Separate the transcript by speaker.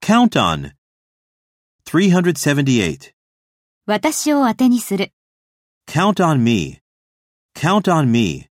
Speaker 1: Count on. 378.
Speaker 2: 私を当てにする。
Speaker 1: Count on me. Count on me.